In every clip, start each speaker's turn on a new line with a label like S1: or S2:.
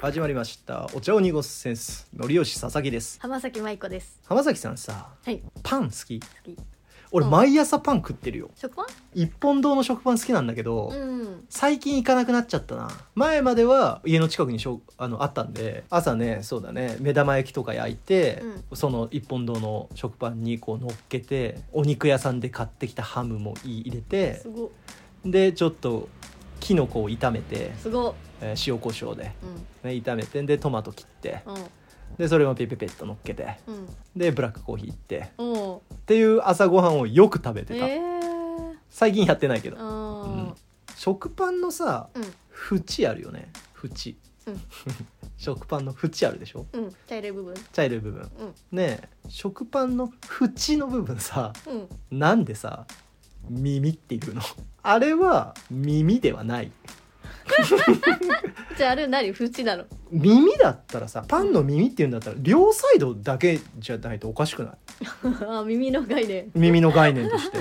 S1: 始まりましたお茶を濁すセンスのりよし佐々木です
S2: 浜崎舞子です。
S1: 浜崎さんさ
S2: はい、好
S1: パン好き
S2: き。
S1: 俺
S2: うん
S1: 毎朝パン食ってるよ
S2: 食パン？
S1: 一本堂の食パン好きなんだけど、
S2: うん。
S1: 最近行かなくなっちゃったな前までは家の近くにしょあのあったんで朝ねそうだね目玉焼きとか焼いて、その一本堂の食パンにこう乗っけてお肉屋さんで買ってきたハムも入れて
S2: すご、
S1: でちょっときのこを炒めて、
S2: すご。
S1: えー塩コショウで、
S2: う
S1: ね、炒めてでトマト切って
S2: ん、
S1: でそれもペペペッと乗っけて
S2: うん、
S1: でブラックコーヒー行って
S2: うん。おう。
S1: っていう朝ごはんをよく食べて
S2: え
S1: た、
S2: え
S1: 最近やってないけど、
S2: うん。
S1: 食パンのさ
S2: うん。
S1: 縁あるよね縁、
S2: うん
S1: 食パンの縁あるでしょ
S2: うん。茶色い部分。
S1: 茶色い部分
S2: うん。
S1: ねえ食パンの縁の部分さ
S2: うん。
S1: なんでさ耳っていうの あれは耳ではない
S2: じゃああれ何？縁なの？
S1: 耳だったらさパンの耳っていうんだったら両サイドだけじゃないとおかしくない
S2: あ耳の概念。
S1: 耳の概念として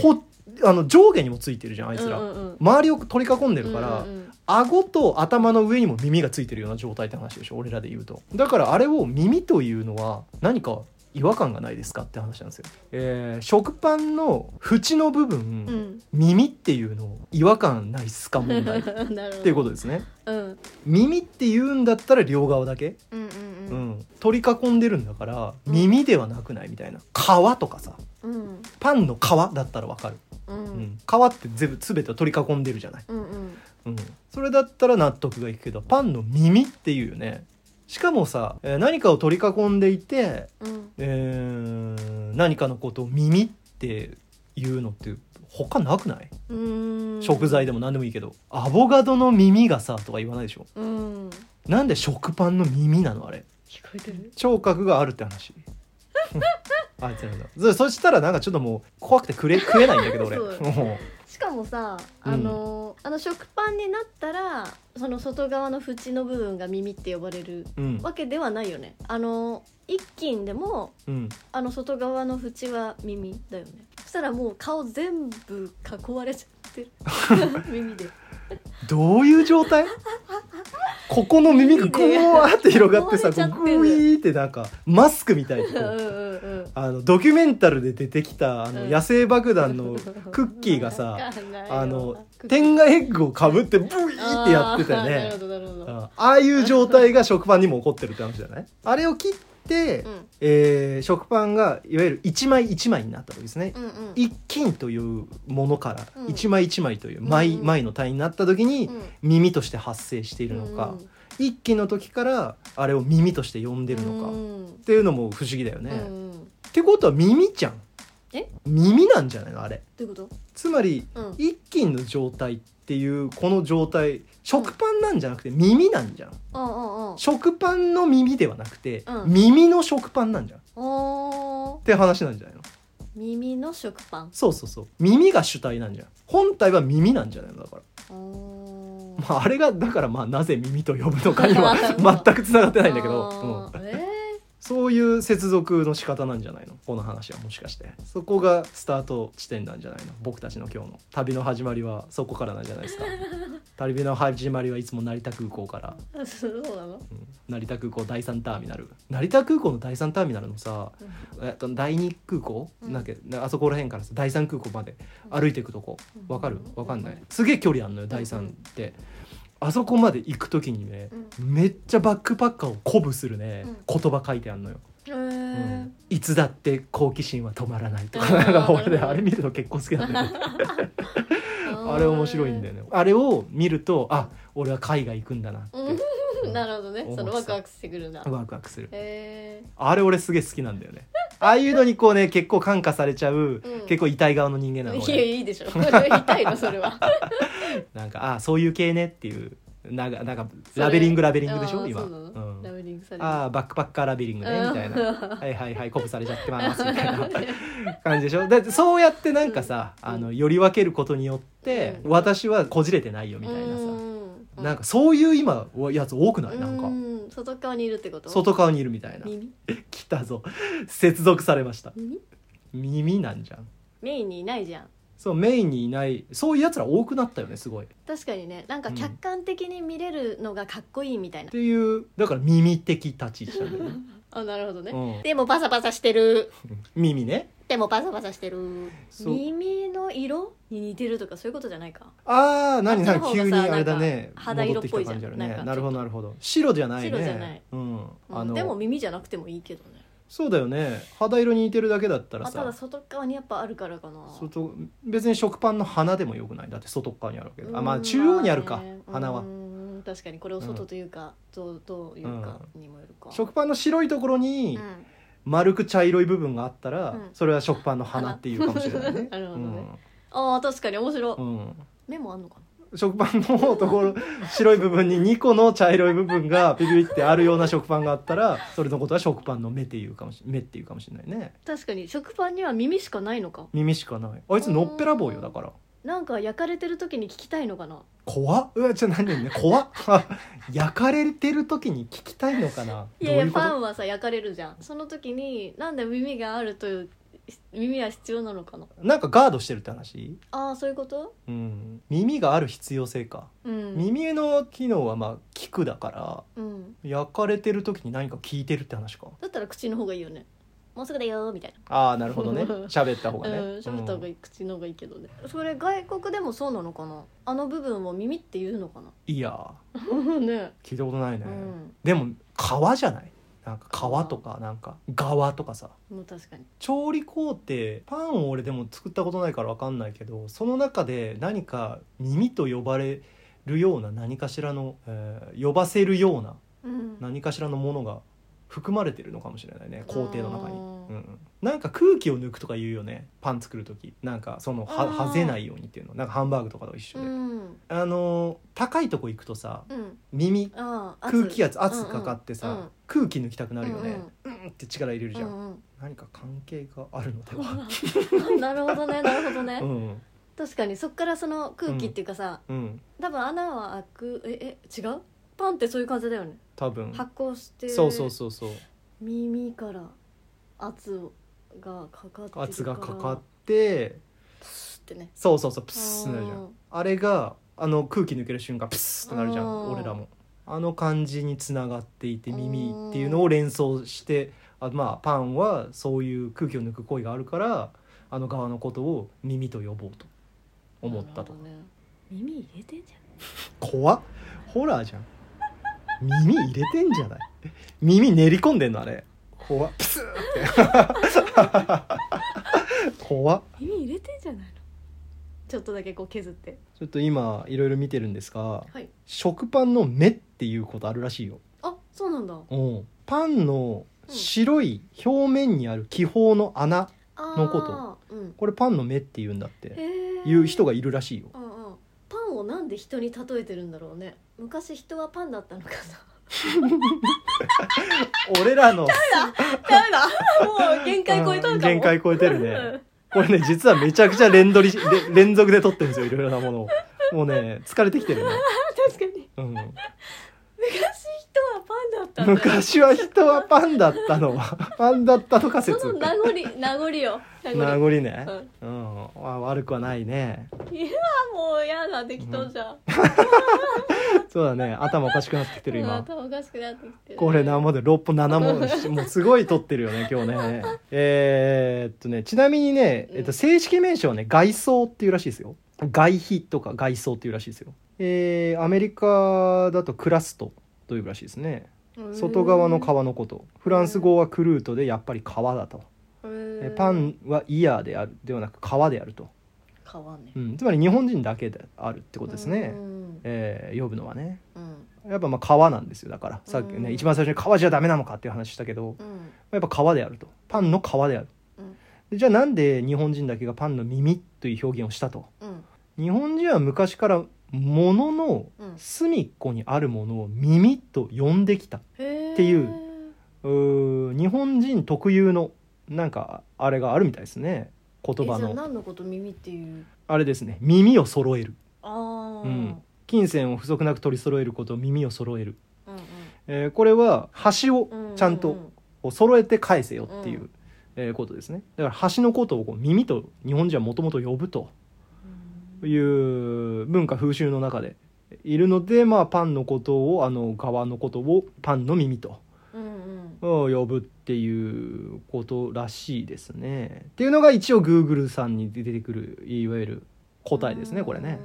S1: こあの上下にもついてるじゃんあいつら、
S2: うんうんうん。
S1: 周りを取り囲んでるから、
S2: うんうん
S1: 顎と頭の上にも耳がついてるような状態って話でしょ俺らで言うとだからあれを耳というのは何か違和感がないですかって話なんですよ、えー食パンの縁の部分、
S2: うん。
S1: 耳っていうの違和感ないっすか
S2: う
S1: 問
S2: ん。
S1: 題っ
S2: なるほど。
S1: ていうことですね
S2: うん。
S1: 耳って言うんだったら両側だけ、
S2: うん
S1: う
S2: うん
S1: ん、取り囲んでるんだから
S2: うん
S1: 耳ではなくないみたいな皮とかさ
S2: うん。うん。
S1: パンの皮だったらわかる、
S2: う。
S1: うんん、皮って全部全てを取り囲んでるじゃない
S2: うんうん。
S1: うん、それだったら納得がいくけどパンの耳っていうよねしかもさ、えー何かを取り囲んでいて、
S2: うん。
S1: えー何かのことを耳っていうのって他なくない、
S2: うん。
S1: 食材でも何でもいいけどアボカドの耳がさとか言わないでしょ
S2: うん。
S1: なんで食パンの耳なのあれ
S2: 聞こえてる？
S1: 聴覚があるって 話あいつらだそそしたらなんかちょっともう怖くてくれ食えないんだけど俺
S2: そう
S1: も
S2: しかもさ
S1: うん
S2: あの,、あの食パンになったらその外側の縁の部分が耳って呼ばれる
S1: ううん
S2: わけではないよねあの一斤でも
S1: うん
S2: あの外側の縁は耳だよねそしたらもう顔全部囲われちゃ ってる耳で
S1: どういう状態ここの耳がぐわーって広がってさ
S2: 耳で
S1: こうグイーってなんかマスクみたいに
S2: う
S1: こ
S2: ん
S1: う
S2: うんうん
S1: あのドキュメンタルで出てきたあの
S2: うん
S1: 野生爆弾のクッキーがさあの天
S2: が
S1: 下エッグをかぶってブイーってやってたよ
S2: なる
S1: ね
S2: ほどなるほ
S1: うん
S2: ど
S1: ああいう状態が食パンにも起こってるって話じゃないあれを切って、
S2: うん
S1: えー食パンがいわゆる一枚一枚になった時ですね
S2: うんうん
S1: 一斤というものから
S2: うん
S1: 一枚一枚という枚,、
S2: うん
S1: 枚の単位になった時に、
S2: うん
S1: 耳として発生しているのか、一期の時からあれを耳として呼んでるのか、
S2: う
S1: っ
S2: ん
S1: ていうのも不思議だよね。
S2: うんう
S1: っ
S2: んど
S1: てことは耳じゃん
S2: え
S1: 耳なんじゃないのあれ
S2: ういうこと
S1: つまり
S2: うん
S1: 一期の状態っていうこの状態食パンなんじゃなくて耳なんじゃん
S2: うんうんうん
S1: 食パンの耳ではなくて、
S2: うん
S1: 耳の食パンなんじゃんっ
S2: おー
S1: て話なんじゃないの
S2: 耳の食パン
S1: そうそうそう耳が主体なんじゃん本体は耳なんじゃないのだから
S2: おー
S1: まあ、あれがだからまあなぜ耳と呼ぶのかに は全く繋がってないんだけど、うん
S2: あ、ーえ
S1: そういう接続の仕方なんじゃないのこの話はもしかしてそこがスタート地点なんじゃないの僕たちの今日の旅の始まりはそこからなんじゃない ですか旅の始まりはいつも成田空港から、
S2: ー、そうな
S1: う
S2: の
S1: ん成田空港第3ターミナル成田空港の第3ターミナルのさ、えっと第2空港、
S2: うん
S1: なんかあそこら辺からさ第3空港まで歩いていくとこ
S2: うん
S1: わかるわかんな
S2: う
S1: い
S2: ん
S1: すげえ距離あんのよ第
S2: う
S1: 3っ
S2: ん
S1: てあそこまで行く時にねめっちゃバックパッカーを鼓舞するね言葉書いてあんのよ
S2: えー
S1: いつだって好奇心は止まらないとか
S2: あー
S1: なんか俺
S2: なる
S1: ね
S2: ほど
S1: あれ見るの結構好きなんだよね
S2: ー
S1: あれ面白いんだよねあれを見るとあ俺は海外行くんだなって
S2: うんなるほどね
S1: 思ってた
S2: そのワクワクしてくるな
S1: ワクワクする
S2: え
S1: あれ俺すげえ好きなんだよねああいうのにこうね結構感化されちゃう
S2: うん
S1: 結構痛い側の人間なの
S2: ー、いや
S1: 俺
S2: いいでしょ痛いのそれは
S1: なんかああそういう系ねっていうなんかなんか ラベリングラベリングでし
S2: あ
S1: ょ
S2: ー
S1: 今
S2: そうなの
S1: うん
S2: ラベリングされる
S1: ああバックパッカーラベリングねみたいな
S2: うん
S1: はいはいはい鼓舞されちゃって ますみたいな感じでしょだってそうやってなんかさ、
S2: うん
S1: あのより分けることによって、
S2: うん
S1: 私はこじれてないよみたいなさ、
S2: うん
S1: なんかそういう今やつ多くないなん
S2: う
S1: か
S2: ん外側にいるってこと
S1: 外側にいるみたいな
S2: 耳
S1: 来たぞ接続されました
S2: 耳
S1: 耳なんじゃん
S2: メインにいないじゃん
S1: そうメインにいないそういうやつら多くなったよねすごいっ
S2: 確かにねなんか客観的に見れるのがかっこいいみたいな、
S1: ていうだから耳的立ち位置なんだ よね、
S2: あなるほどね、
S1: うん
S2: でもパサパサしてる
S1: 耳ね
S2: でもパサパサしてる
S1: そう
S2: 耳の色に似てるとかそういうことじゃないか
S1: ああ何
S2: あ
S1: 何
S2: っちの方がさ
S1: 急にあれだね
S2: なんか肌色っぽいじゃん
S1: 戻てきた感あるね
S2: なんかちょっと
S1: なるほどなるほど白じゃないね
S2: 白じゃない
S1: うん、
S2: うん
S1: あの
S2: でも耳じゃなくてもいいけどね
S1: そうだよね肌色に似てるだけだったら
S2: あただ
S1: さ
S2: 外側にやっぱあるからかな
S1: 外別に食パンの花でもよくないだって外っ側にあるわけ
S2: う
S1: だ
S2: ん
S1: あまあ中央にあるか、
S2: まね
S1: 花は
S2: うん確かにこれを外というか、どうどういうかにもよるか、
S1: 食パンの白いところに
S2: うん
S1: 丸く茶色い部分があったら、
S2: うん
S1: それは食パンの花っていうかもしれないね
S2: なるほどねああ確かに面白い、
S1: うんうん
S2: 目もあんのかな
S1: 食パンのところ白い部分に2個の茶色い部分がピピってあるような食パンがあったらそれのことは食パンの目っていうかもし目っていうかもしれないね
S2: 確かに食パンには耳しかないのか
S1: 耳しかないあいつのっぺらぼうよだから
S2: なんか焼かれてる時に聞きたいのかな
S1: 怖っうわちょっと何ね怖っ焼かれてる時に聞きたいのかない
S2: やいや
S1: どういうこ
S2: パ
S1: と
S2: ンはさ焼かれるじゃんその時になんで耳があるという耳は必要なのかな
S1: なんかガードしてるって話
S2: ああそういうこと
S1: うん耳がある必要性か、
S2: うん、
S1: 耳の機能はまあ聞くだから
S2: うん、
S1: 焼かれてる時に何か聞いてるって話か
S2: だったら口の方がいいよねもうすぐだよーみたい
S1: ああなるほど ね喋った方
S2: な
S1: がね
S2: うん喋った方がいい、口の方がいいけどねそれ外国でもそうなのかなあの部分を耳って言うのかな
S1: いいや
S2: ね、
S1: 聞いたことないね、
S2: うん
S1: でも皮じゃないなんか皮とかなんか側とかさ
S2: もう確かに
S1: 調理工程パンを俺でも作ったことないから分かんないけどその中で何か耳と呼ばれるような何かしらの、えー呼ばせるような
S2: うん
S1: 何かしらのものが含まれてるのかもしれないね工程の中に、
S2: あ
S1: うん
S2: ー
S1: うん、なんか空気を抜くとか言うよねパン作る時なんかそのは
S2: あー
S1: はぜないようにっていうのなんかハンバーグとかと一緒
S2: う
S1: で、
S2: ん
S1: あのー高いとこ行くとさ
S2: うん
S1: 耳
S2: ああ
S1: 空気圧圧かかってさ、空気抜きたくなるよね、うんって力入れる
S2: う
S1: じゃん、
S2: んうん
S1: 何か関係があるのでは、
S2: なるほどねなるほどね、
S1: うん
S2: 確かにそっからその空気っていうかさ、
S1: うん、
S2: 多分穴は開くええ違うパンってそういう感じだよね
S1: 多分
S2: 発酵して
S1: そうそうそうそう
S2: 耳から圧をがかかってるから
S1: 圧がかかっ
S2: プ
S1: て
S2: スってね
S1: そうそうそうプスってなるじゃ
S2: うんん
S1: あれがあの空気抜ける瞬間プスってなるじゃ
S2: うん
S1: ん俺らもあの感じにつながっていて
S2: うん
S1: 耳っていうのを連想してあまあパンはそういう空気を抜く行為があるからあの側のことを耳と呼ぼうと思ったと
S2: なるほどね、耳入れてんじ
S1: 怖っホラーじゃん耳入れてんじゃない耳練り込んでんのあれ怖っプスーって怖っ
S2: ゃん耳入れてんじゃないのちょっとだけこう削って
S1: ちょっと今いろいろ見てるんですが
S2: はい
S1: 食パンの目っていうことあるらしいよ
S2: あそうなんだ
S1: うんパンの白い表面にある気泡の穴
S2: あー
S1: のこ
S2: うん
S1: これパンの目っていうんだって
S2: へえ
S1: いう人がいるらしいよ
S2: うんうんパンをなんで人に例えてるんだろうね昔人はパンだったのかな
S1: 俺らの
S2: ダメだ もう限界超えたのかも
S1: 限界超えてるねこれね実はめちゃくちゃ連取りしれ連続で撮ってるんですよいろいろなものをもうね疲れてきてるね、
S2: 確かに
S1: うん、
S2: 昔人はパンだったんだよ
S1: 昔は人はパンだったのは パンだったの仮説
S2: その名残名残よ名残
S1: 名残ね
S2: う、
S1: うんあ悪くはないね
S2: あもうやだ適当じゃん、
S1: そうだね頭おかしくなってきてる
S2: うん
S1: 今
S2: 頭おかしくなってきてる
S1: これ何本で6本7本しもうすごい撮ってるよね今日ねえーっとねちなみにね、えっと、正式名称はね外装っていうらしいですよ外皮とか外装っていうらしいですよえーアメリカだとクラストというらしいですね
S2: うん
S1: 外側の皮のことフランス語はクルートでやっぱり皮だと、
S2: うん
S1: えパンはイヤーであるではなく皮であると、
S2: 皮ね
S1: うん、つまり日本人だけであるってことですね
S2: う、ん
S1: えー呼ぶのはね
S2: うん
S1: やっぱまあ皮なんですよだからさっき
S2: うん
S1: ね一番最初に皮じゃダメなのかっていう話したけど、
S2: うん
S1: やっぱ皮であるとパンの皮である、
S2: うん
S1: でじゃあなんで日本人だけがパンの耳という表現をしたと
S2: うん
S1: 日本人は昔から物の
S2: うん
S1: 隅っこにあるものを耳と呼んできた
S2: へー
S1: っていううー日本人特有のなんかあれがあるみたいですね言葉
S2: えじゃあ
S1: の
S2: 何のこと耳っていう
S1: あれですね耳を揃える
S2: あ
S1: う
S2: あ、
S1: ん金銭を不足なく取り揃えることを耳を揃える、
S2: うん
S1: えーこれは端を
S2: うん、
S1: ちゃんと
S2: うん
S1: こう揃えて返せよっていう、
S2: うん
S1: えーことですねだから橋のことをこう耳と日本人はもともと呼ぶという文化風習の中でいるので、まあ、パンのことをあの側のことをパンの耳と
S2: うんうん
S1: うん呼ぶっていうことらしいですね。っていうのが一応 Google さんに出てくるいわゆる答えですねこれね。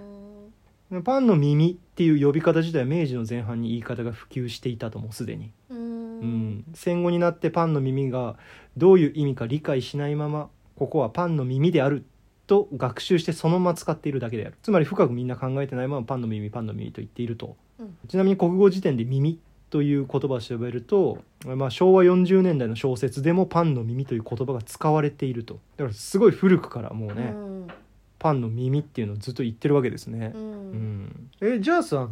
S1: パンの耳っていう呼び方自体は明治の前半に言い方が普及していたともうすでに。う
S2: う
S1: んん、戦後になってパンの耳がどういう意味か理解しないままここはパンの耳であると学習してそのまま使っているだけであるつまり深くみんな考えてないままパンの耳パンの耳と言っていると、
S2: うん
S1: ちなみに国語辞典で「耳」という言葉を調べると、まあ、昭和40年代の小説でも「パンの耳」という言葉が使われているとだからすごい古くからもう
S2: う
S1: ね、
S2: ん
S1: パンの耳っていうのをずっと言ってるわけですね
S2: う、
S1: うんんえじゃあさ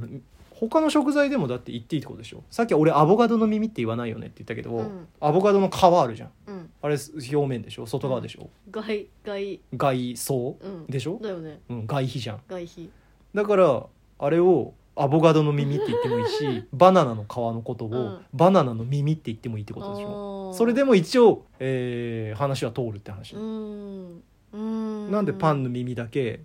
S1: 他の食材でもだって言っていいってことでしょさっき俺アボカドの耳って言わないよねって言ったけど、
S2: うん
S1: アボカドの皮あるじゃん
S2: うん
S1: あれ表面でしょ外側でしょ、
S2: 外外
S1: 外層
S2: うん
S1: でしょ、
S2: だよね
S1: うん、外皮じゃん
S2: 外皮
S1: だからあれをアボカドの耳って言ってもいい しバナナの皮のことを、
S2: うん
S1: バナナの耳って言ってもいいってことでしょ
S2: ょ
S1: それでも一応、えー話は通るって話、
S2: うんうん
S1: なんでパンの耳だけ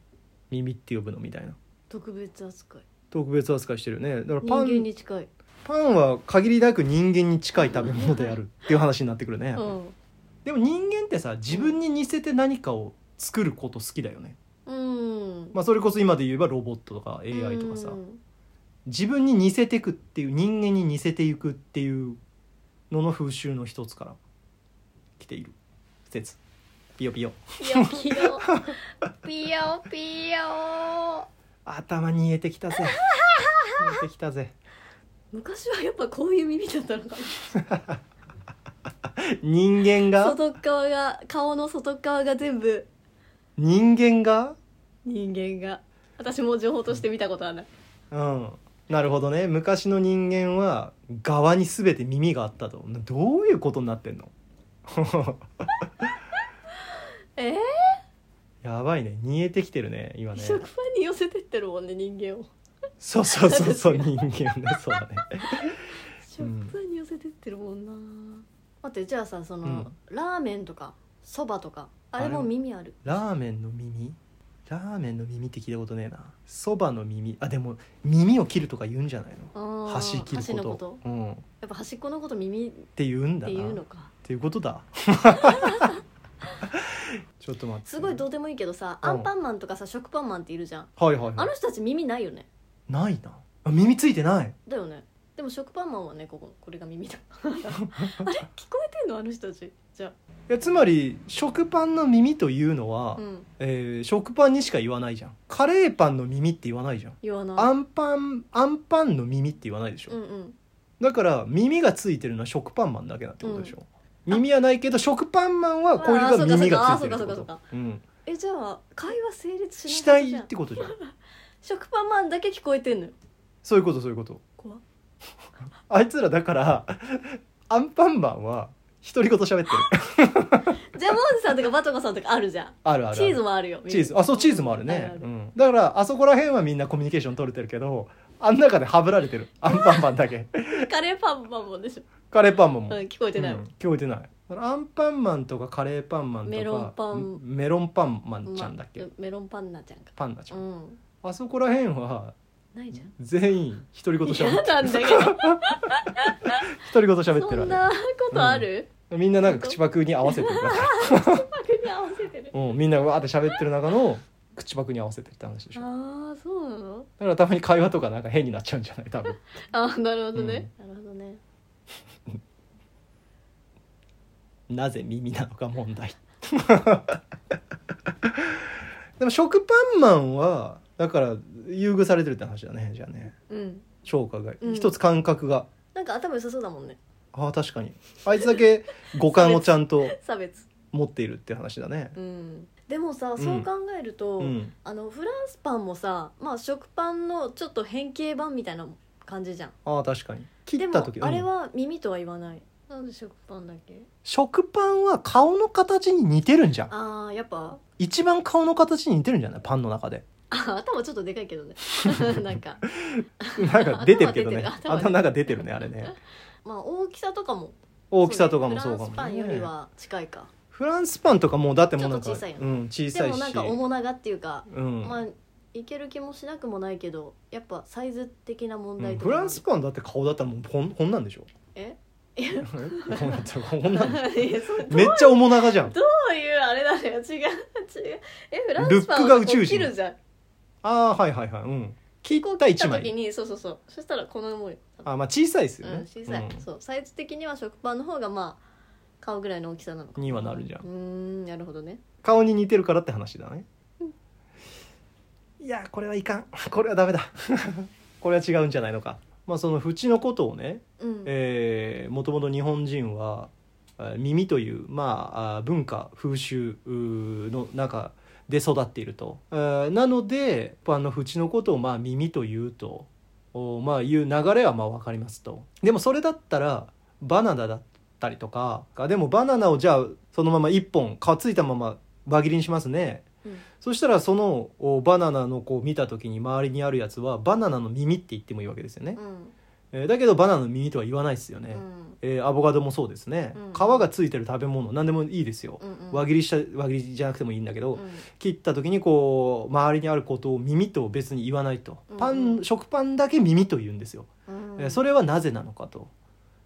S1: 耳って呼ぶのみたいな
S2: 特別扱い
S1: 特別扱いしてるよねだから
S2: 人
S1: パン
S2: 間に近い
S1: パンは限りなく人間に近い食べ物であるっていう話になってくるね、
S2: うん
S1: でも人間ってさ自分に似せて何かを作ること好きだよね、
S2: うん
S1: まあ、それこそ今で言えばロボットとか AI とかさ、
S2: うん
S1: 自分に似せてくっていう人間に似せていくっていうのの風習の一つから来ている説ピヨピヨ
S2: ピヨピヨピヨピヨ
S1: 頭に入れてきた ぜ入れてきたぜ
S2: 昔はやっぱこういう耳だったのか
S1: 人間
S2: な
S1: が
S2: 外側が顔の外側が全部
S1: 人間が
S2: 人間が私も情報として見たことはない
S1: うんなるほどね昔の人間は側に全て耳があったとどういうことになってんの
S2: えー
S1: やばいね煮えてきてるね 今ね
S2: 食パンに寄せてってるもんね人間を
S1: そうそうそうそう人間ねそうだね
S2: 食パンに寄せてってるもんな、待ってじゃあさその、
S1: うん
S2: ラーメンとかそばとかあれ
S1: あ
S2: も
S1: れ
S2: 耳ある
S1: ラーメンの耳ラーメンの耳って聞いたことねえなそばの耳あでも耳を切るとか言うんじゃない
S2: あ
S1: の
S2: ー
S1: 端切る
S2: 箸
S1: こ
S2: の
S1: と
S2: こと
S1: うん、っ
S2: やっぱ端っこのこと耳って
S1: 言うんだ
S2: て
S1: な
S2: いうの
S1: っ
S2: か
S1: ていうこと だちょっと待って
S2: すごいどうでもいいけどさ、
S1: うん
S2: アンパンマンとかさ食パンマンっているじゃん
S1: はいはい
S2: あ
S1: は
S2: の人たち耳ないよね
S1: いないなあ耳ついてない
S2: だよねでも食パンマンはねこここれ が耳だあれ聞こえてんのあの人たちじゃ
S1: いやつまり食パンの耳というのは、
S2: あうん
S1: えー食パンにしか言わないじゃんカレーパンの耳って言わないじゃん、
S2: 言わない
S1: アンパンアンパンの耳って言わないでしょ、
S2: うんうん
S1: だから耳がついてるのは食パンマンだけだってことでしょ、
S2: うん
S1: 耳はないけど食パンマンはこういうのは耳がついてるってこ
S2: あーそうかそうかそうか
S1: と、うん、
S2: えじゃあ会話成立
S1: 死
S2: しないは
S1: 体
S2: ずじゃ
S1: っ
S2: ん
S1: てことじゃん
S2: 食パンマンだけ聞こえてんのよ
S1: そういうことそういうこと
S2: 怖っ
S1: あいつらだから アンパンマンは独り言喋ってる
S2: ジャムおじさんとかバトコさんとかあるじゃん
S1: あるあるある
S2: チーズもあるよ
S1: チーズあそうチーズもあるね
S2: あるある
S1: うん、だからあそこら辺はみんなコミュニケーション取れてるけどあん中ではぶられ てるアンパンマンだけ
S2: カレーパンマンもでしょ、
S1: カレーパンマン
S2: う
S1: も、
S2: ん、聞こえてない、
S1: うん聞こえてないだからアンパンマンとかカレーパンマンとか
S2: メロンパン
S1: メロンパンマ
S2: ま
S1: ンちゃんだっけ、
S2: メロンパンナちゃんか
S1: パンナちゃ、
S2: うんん
S1: あそこら辺は
S2: ないじゃん
S1: 全員独り言
S2: 嫌
S1: 喋って
S2: なんだけ
S1: 独り言喋っ
S2: どそ
S1: てる
S2: ん
S1: わ
S2: なことある、
S1: ねみんななんか口パクに合わせてるから
S2: うまくに合わせてる
S1: うんみんなわーって喋ってる中の口パクに合わせてって話でしょだ
S2: ああそうなの
S1: からたまに会話とかなんか変になっちゃうんじゃない多分
S2: あーなるほどね、なるほどね
S1: なぜ耳なのか問題 でも食パンマンはだから優遇されてるって話だねじゃあね
S2: うん
S1: 消化が、
S2: うん
S1: 一つ感覚が
S2: なんか頭良さそうだもんね
S1: ああ確かにあいつだけ五感をちゃんと
S2: 差別
S1: 持っているって話だね
S2: うんでもさ
S1: ん
S2: そう考えると、
S1: うん
S2: あのフランスパンもさまあ食パンのちょっと変形版みたいな感じじゃん
S1: ああ確かに切
S2: で
S1: っ
S2: も
S1: た時
S2: あれ
S1: うん
S2: は耳とは言わないなんで食パンだけ
S1: 食パンは顔の形に似てるんじゃん
S2: あーやっぱ
S1: 一番顔の形に似てるんじゃないパンの中で
S2: あ頭ちょっとでかいけどね なんか
S1: なんか出てるけどね
S2: 頭出てる
S1: 頭なんか出てるねあれね
S2: まあ大きさとかも
S1: 大きさとかもそうか
S2: フランス
S1: も
S2: パンより
S1: ね
S2: は近いか
S1: フランスパンとかもうだってもうなんか
S2: ちょっと小さいよ
S1: うん小
S2: で
S1: さい
S2: も
S1: し
S2: なんか面長っていうか、
S1: うん
S2: まあいける気もしなくもないけどやっぱサイズ的な問
S1: う
S2: 題
S1: ん
S2: と
S1: フ
S2: か、
S1: ランスパンだって顔だったらもうこんこんなんでしょ
S2: え
S1: えこんなんってこんなんでしょ
S2: いやそうど
S1: めっちゃ面長じゃん
S2: ういうあれなのよ違う違うえフラン
S1: ルッ
S2: スパ
S1: ク
S2: ン
S1: が
S2: は
S1: 宇宙人
S2: 起きるじゃん
S1: ああーはいはいはいうん切
S2: こう
S1: った
S2: 切っ
S1: 一
S2: た時
S1: 枚
S2: にそうそうそうそしたらこのもんよ
S1: あーまあ小さいですよ
S2: う
S1: ね
S2: ん、小さい、
S1: うん
S2: そうサイズ的には食パンの方がまあ顔ぐらいの大きさなのか
S1: にはなるじゃん
S2: うーんなるほどね
S1: 顔に似てるからって話だねいやこれはいかんこれはダメだ これは違うんじゃないのかまあその縁のことをね
S2: うん
S1: えーもともと日本人はえー耳という、まああー、文化風習うーの中で育っているとえーなので一般の縁のことをまあ耳というとおまあいう流れはまあ分かりますとでもそれだったらバナナだったりとかでもバナナをじゃあそのまま1本かついたまま輪切りにしますね
S2: うん
S1: そしたらそのおバナナのこう見た時に周りにあるやつはバナナの耳って言ってもいいわけですよね
S2: う、ん
S1: えーだけどバナナの耳とは言わないですよ
S2: う
S1: ね、
S2: ん
S1: えーアボカドもそうですね、
S2: うん
S1: 皮がついてる食べ物何でもいいですよ、
S2: うん
S1: 輪切りした輪切りじゃなくてもいいんだけど、
S2: うん
S1: 切った時にこう周りにあることを耳と別に言わないと、
S2: うん
S1: パン食パンだけ耳と言うんですよ、
S2: うん
S1: えーそれはなぜなのかと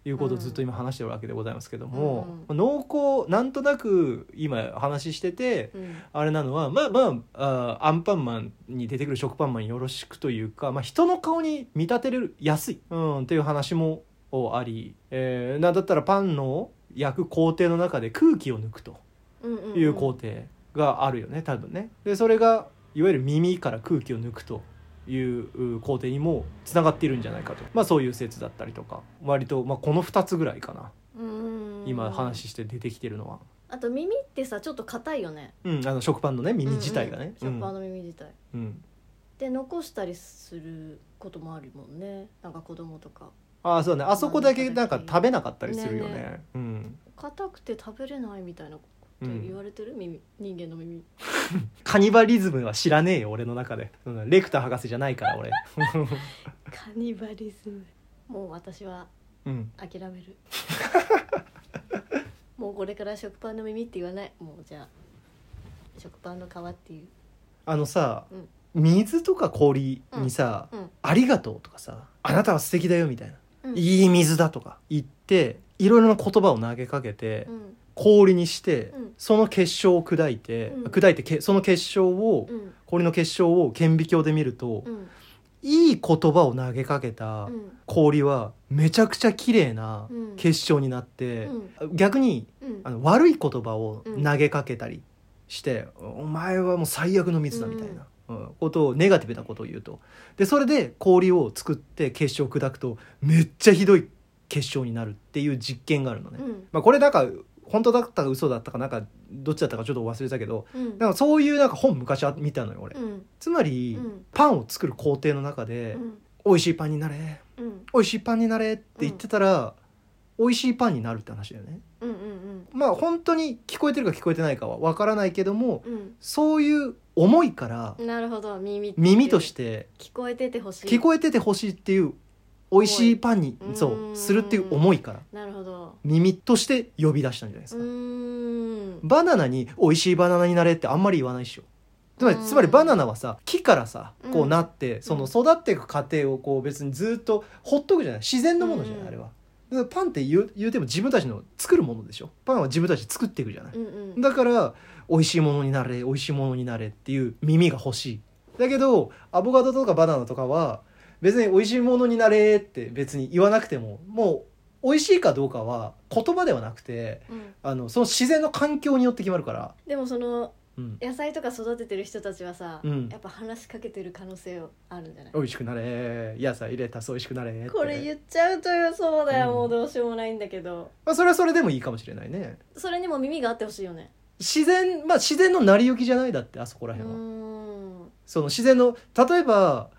S1: いうことをずっと今話してるわけでございますけども、濃厚なんとなく今話してて
S2: うん
S1: あれなのはまあまああーアンパンマンに出てくる食パンマンによろしくというか、まあ、人の顔に見立てれる安い、うん、っていう話もおあり、えーなんだったらパンの焼く工程の中で空気を抜くと
S2: うんうんうん
S1: いう工程があるよね多分ね。でそれがいわゆる耳から空気を抜くというう工程にもつながっているんじゃないかと、まあ、そういう説だったりとか割と、まあ、この2つぐらいかな
S2: うん
S1: 今話して出てきてるのは。
S2: あと耳ってさちょっと硬いよね
S1: うん、あの食パンのね耳自体がね。
S2: うんうん食パン
S1: うん
S2: の耳自体
S1: うん
S2: で残したりすることもあるもんねなんか子供とか
S1: ああそうだねあそこだけなんか食べなかったりするよね
S2: ねえ
S1: うん、
S2: 硬くて食べれないみたいなこと
S1: うん
S2: 言われてる、耳人間の耳
S1: カニバリズムは知らねえよ俺の中で、うんレクター博士じゃないから俺、
S2: カニバリズムもう私は
S1: うん、
S2: 諦め るもうこれから食パンの耳って言わないもうじゃあ食パンの皮っていう
S1: あのさ、
S2: うん
S1: 水とか氷にさ、
S2: うんうん
S1: ありがとう」とかさ「あなたは素敵だよ」みたいな「
S2: うん
S1: いい水だ」とか言っていろいろな言葉を投げかけて、
S2: うん
S1: 氷にして、
S2: うん
S1: その結晶を砕いて、
S2: うん
S1: 砕いてけその結晶を、
S2: うん
S1: 氷の結晶を顕微鏡で見ると、
S2: うん
S1: いい言葉を投げかけた、
S2: うん
S1: 氷はめちゃくちゃ綺麗な
S2: うん
S1: 結晶になって、
S2: うん
S1: 逆に
S2: うん
S1: あの悪い言葉を投げかけたりして「お前はもう最悪の水だ」みたいな、うんことをネガティブなことを言うとでそれで氷を作って結晶を砕くとめっちゃひどい結晶になるっていう実験があるのね。
S2: うん
S1: まあ、これなんか本当だったか嘘だったかなんかどっちだったかちょっと忘れたけど
S2: うん
S1: なんかそういうなんか本昔あ見たのよ俺、
S2: うん
S1: つまり、
S2: うん
S1: パンを作る工程の中で、美味しいパンになれ
S2: うん
S1: 美味しいパンになれって言ってたら、美味しいパンになるって話だよね
S2: うんうん
S1: まあ本当に聞こえてるか聞こえてないかはわからないけども
S2: うん
S1: そういう思いから
S2: うんなるほど耳っていう
S1: 耳として
S2: 聞こえててほしい
S1: 聞こえててほしいっていう美味しいパンに
S2: うん
S1: そうするっていう思いから
S2: なるほど
S1: 耳として呼び出したんじゃないで
S2: う
S1: すか、
S2: ーん
S1: バナナに美味しいバナナになれってあんまり言わないでしょつまり
S2: うん
S1: つまりバナナはさ木からさこうなって、その
S2: うん
S1: 育っていく過程をこう別にずっとほっとくじゃない自然のものじゃない、
S2: うん
S1: あれはだからパンって言う言うても自分たちの作るものでしょパンは自分たちで作っていくじゃない、
S2: うんうん
S1: だから美味しいものになれ美味しいものになれっていう耳が欲しいだけどアボカドとかバナナとかは別に美味しいものになれって別に言わなくてももう美味しいかどうかは言葉ではなくて
S2: うん
S1: あのその自然の環境によって決まるから、
S2: でもその
S1: うん、
S2: 野菜とか育ててる人たちはさ
S1: うん
S2: やっぱ話しかけてる可能性あるんじゃない
S1: 美味しくなれ野菜入れたそう美味しくなれって
S2: これ言っちゃうとよそうだよ、
S1: うん
S2: もうどうしようもないんだけど
S1: まあ、それはそれでもいいかもしれないね
S2: それにも耳があってほしいよね
S1: 自然まあ自然の成り行きじゃないだってあそこ
S2: う
S1: ら
S2: ー
S1: 辺は、
S2: ん
S1: その自然の例えば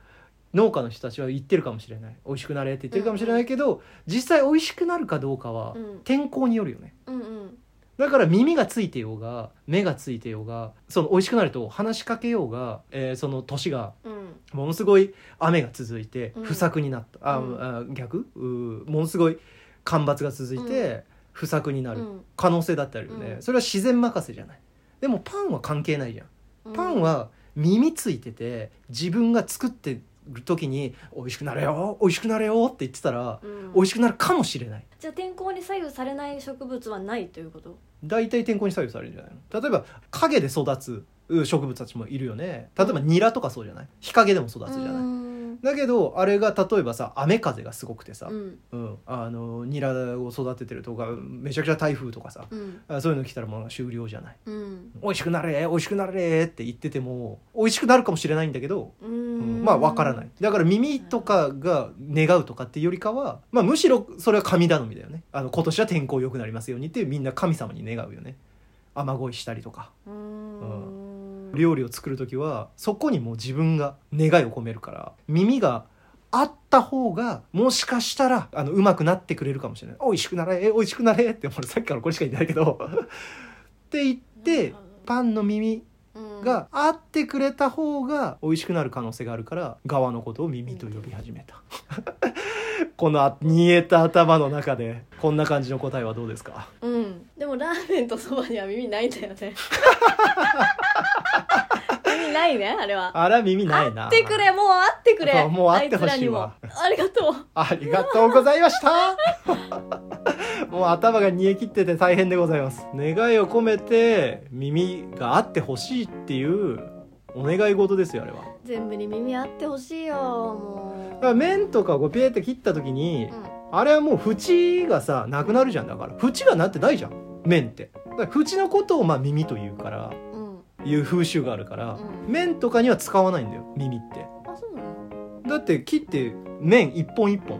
S1: 農家の人たちは言ってるかもしれない美味しくなれって言ってるかもしれないけど、実際美味しくなるかどうかは
S2: うん
S1: 天候によるよね
S2: うんうん
S1: だから耳がついてようが目がついてようがその美味しくなると話しかけようが、えーその年が
S2: うん
S1: ものすごい雨が続いて
S2: うん
S1: 不作になった、ああ逆うーものすごい干ばつが続いて不作にな
S2: う
S1: る
S2: ん
S1: 可能性だってあるよね、
S2: うん
S1: それは自然任せじゃないでもパンは関係ないじゃん
S2: うん
S1: パンは耳ついてて自分が作ってる時に「美味しくなれよ美味しくなれよ」って言ってたら
S2: うん
S1: 美味しくなるかもしれない
S2: じゃあ天候に左右されない植物はないということ
S1: 大体天候に左右されるんじゃないの例えば影で育つう植物たちもいるよね例えばニラとかそうじゃない日陰でも育つじゃない
S2: ん
S1: だけどあれが例えばさ雨風がすごくてさ、
S2: うん
S1: うん、あのニラを育ててるとかめちゃくちゃ台風とかさ
S2: うん
S1: あそういうの来たらもう終了じゃない
S2: うん
S1: 美味しくなれ美味しくなれって言ってても美味しくなるかもしれないんだけど、
S2: う
S1: うん
S2: ん
S1: まあわからないだから耳とかが願うとかっていうよりかは、まあ、むしろそれは神頼みだよねあの今年は天候良くなりますようにってみんな神様に願うよね雨乞いしたりとか
S2: うーん
S1: 料理を作る時はそこにもう自分が願いを込めるから耳があった方がもしかしたらあのうまくなってくれるかもしれない「美味しくなれえ美味しくなれ」って俺さっきからこれしか言ってないけど って言ってパンの耳が合ってくれた方が美味しくなる可能性があるから側のことを耳と呼び始めた このあ煮えた頭の中でこんな感じの答えはどうですか
S2: うん、うん、でもラーメンとそばには耳ないんだよ ね耳ないねあれは
S1: あら耳ないな
S2: 会ってくれもう会ってくれ
S1: そうもう会ってほしいわ
S2: あつらにもありがとう
S1: ありがとうございましたもう頭が煮え切ってて大変でございます願いを込めて耳があってほしいっていうお願い事ですよあれは
S2: 全部に耳あってほしいよも
S1: だ
S2: う
S1: から麺とかをこうピエって切った時に
S2: うん
S1: あれはもう縁がさなくなるじゃんだから縁がなってないじゃん麺ってだから縁のことをまあ耳というから
S2: うん
S1: いう風習があるから
S2: う
S1: 麺とかには使わないんだよ耳って
S2: あそうなの
S1: だって切って麺一本一本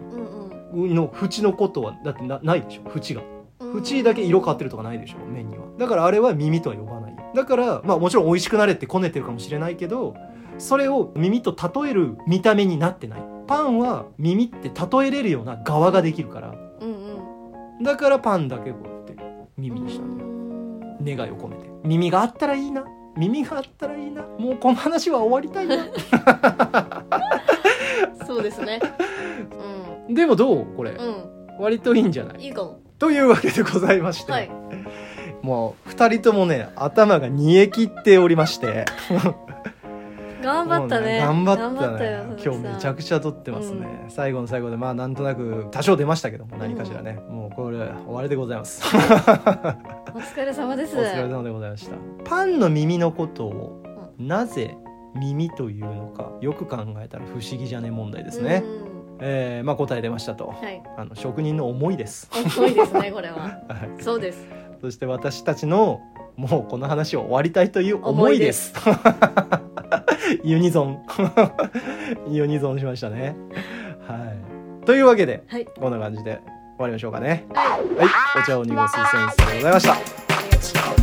S2: うんうん
S1: の縁のことはだってなないでしょ縁が
S2: うん
S1: 縁だけ色変わってるとかないでしょ麺にはだからあれは耳とは呼ばないだからまあもちろん美味しくなれってこねてるかもしれないけどそれを耳と例える見た目になってないパンは耳って例えれるような側ができるから
S2: うんうん
S1: だからパンだけこうやって耳にしたんだよ
S2: うん
S1: 願いを込めて耳があったらいいな耳があったらいいなもうこの話は終わりたい な
S2: そうですね
S1: でもどうこれ
S2: うんう
S1: 割といいんじゃなんい
S2: いいかも
S1: というわけでございまして、
S2: はい
S1: もう2人ともね頭が煮え切っておりまして
S2: 頑張ったね
S1: もうね頑張ったね
S2: よ
S1: 今日めちゃ
S2: く
S1: くちゃ撮ってますね、最後の最後でまあなんとなく多少出ましたけども何かしらね、もうこれ終わりでございます
S2: お疲れ様です
S1: お疲れ様でございましたパンの耳のことをなぜ耳というのかよく考えたら不思議じゃね問題ですね、
S2: うん
S1: えーまあ答え出ましたと、
S2: はい
S1: あの職人の思いです、
S2: 重いですねこれは
S1: はい、
S2: そうです
S1: そして私たちのもうこの話を終わりたいという思いです。ユニゾン。 ユニゾンしましたね。はい。というわけで、
S2: はい
S1: こんな感じで終わりましょうかね。
S2: はい
S1: はい。お茶を濁す先生でございました。
S2: ありがとうございます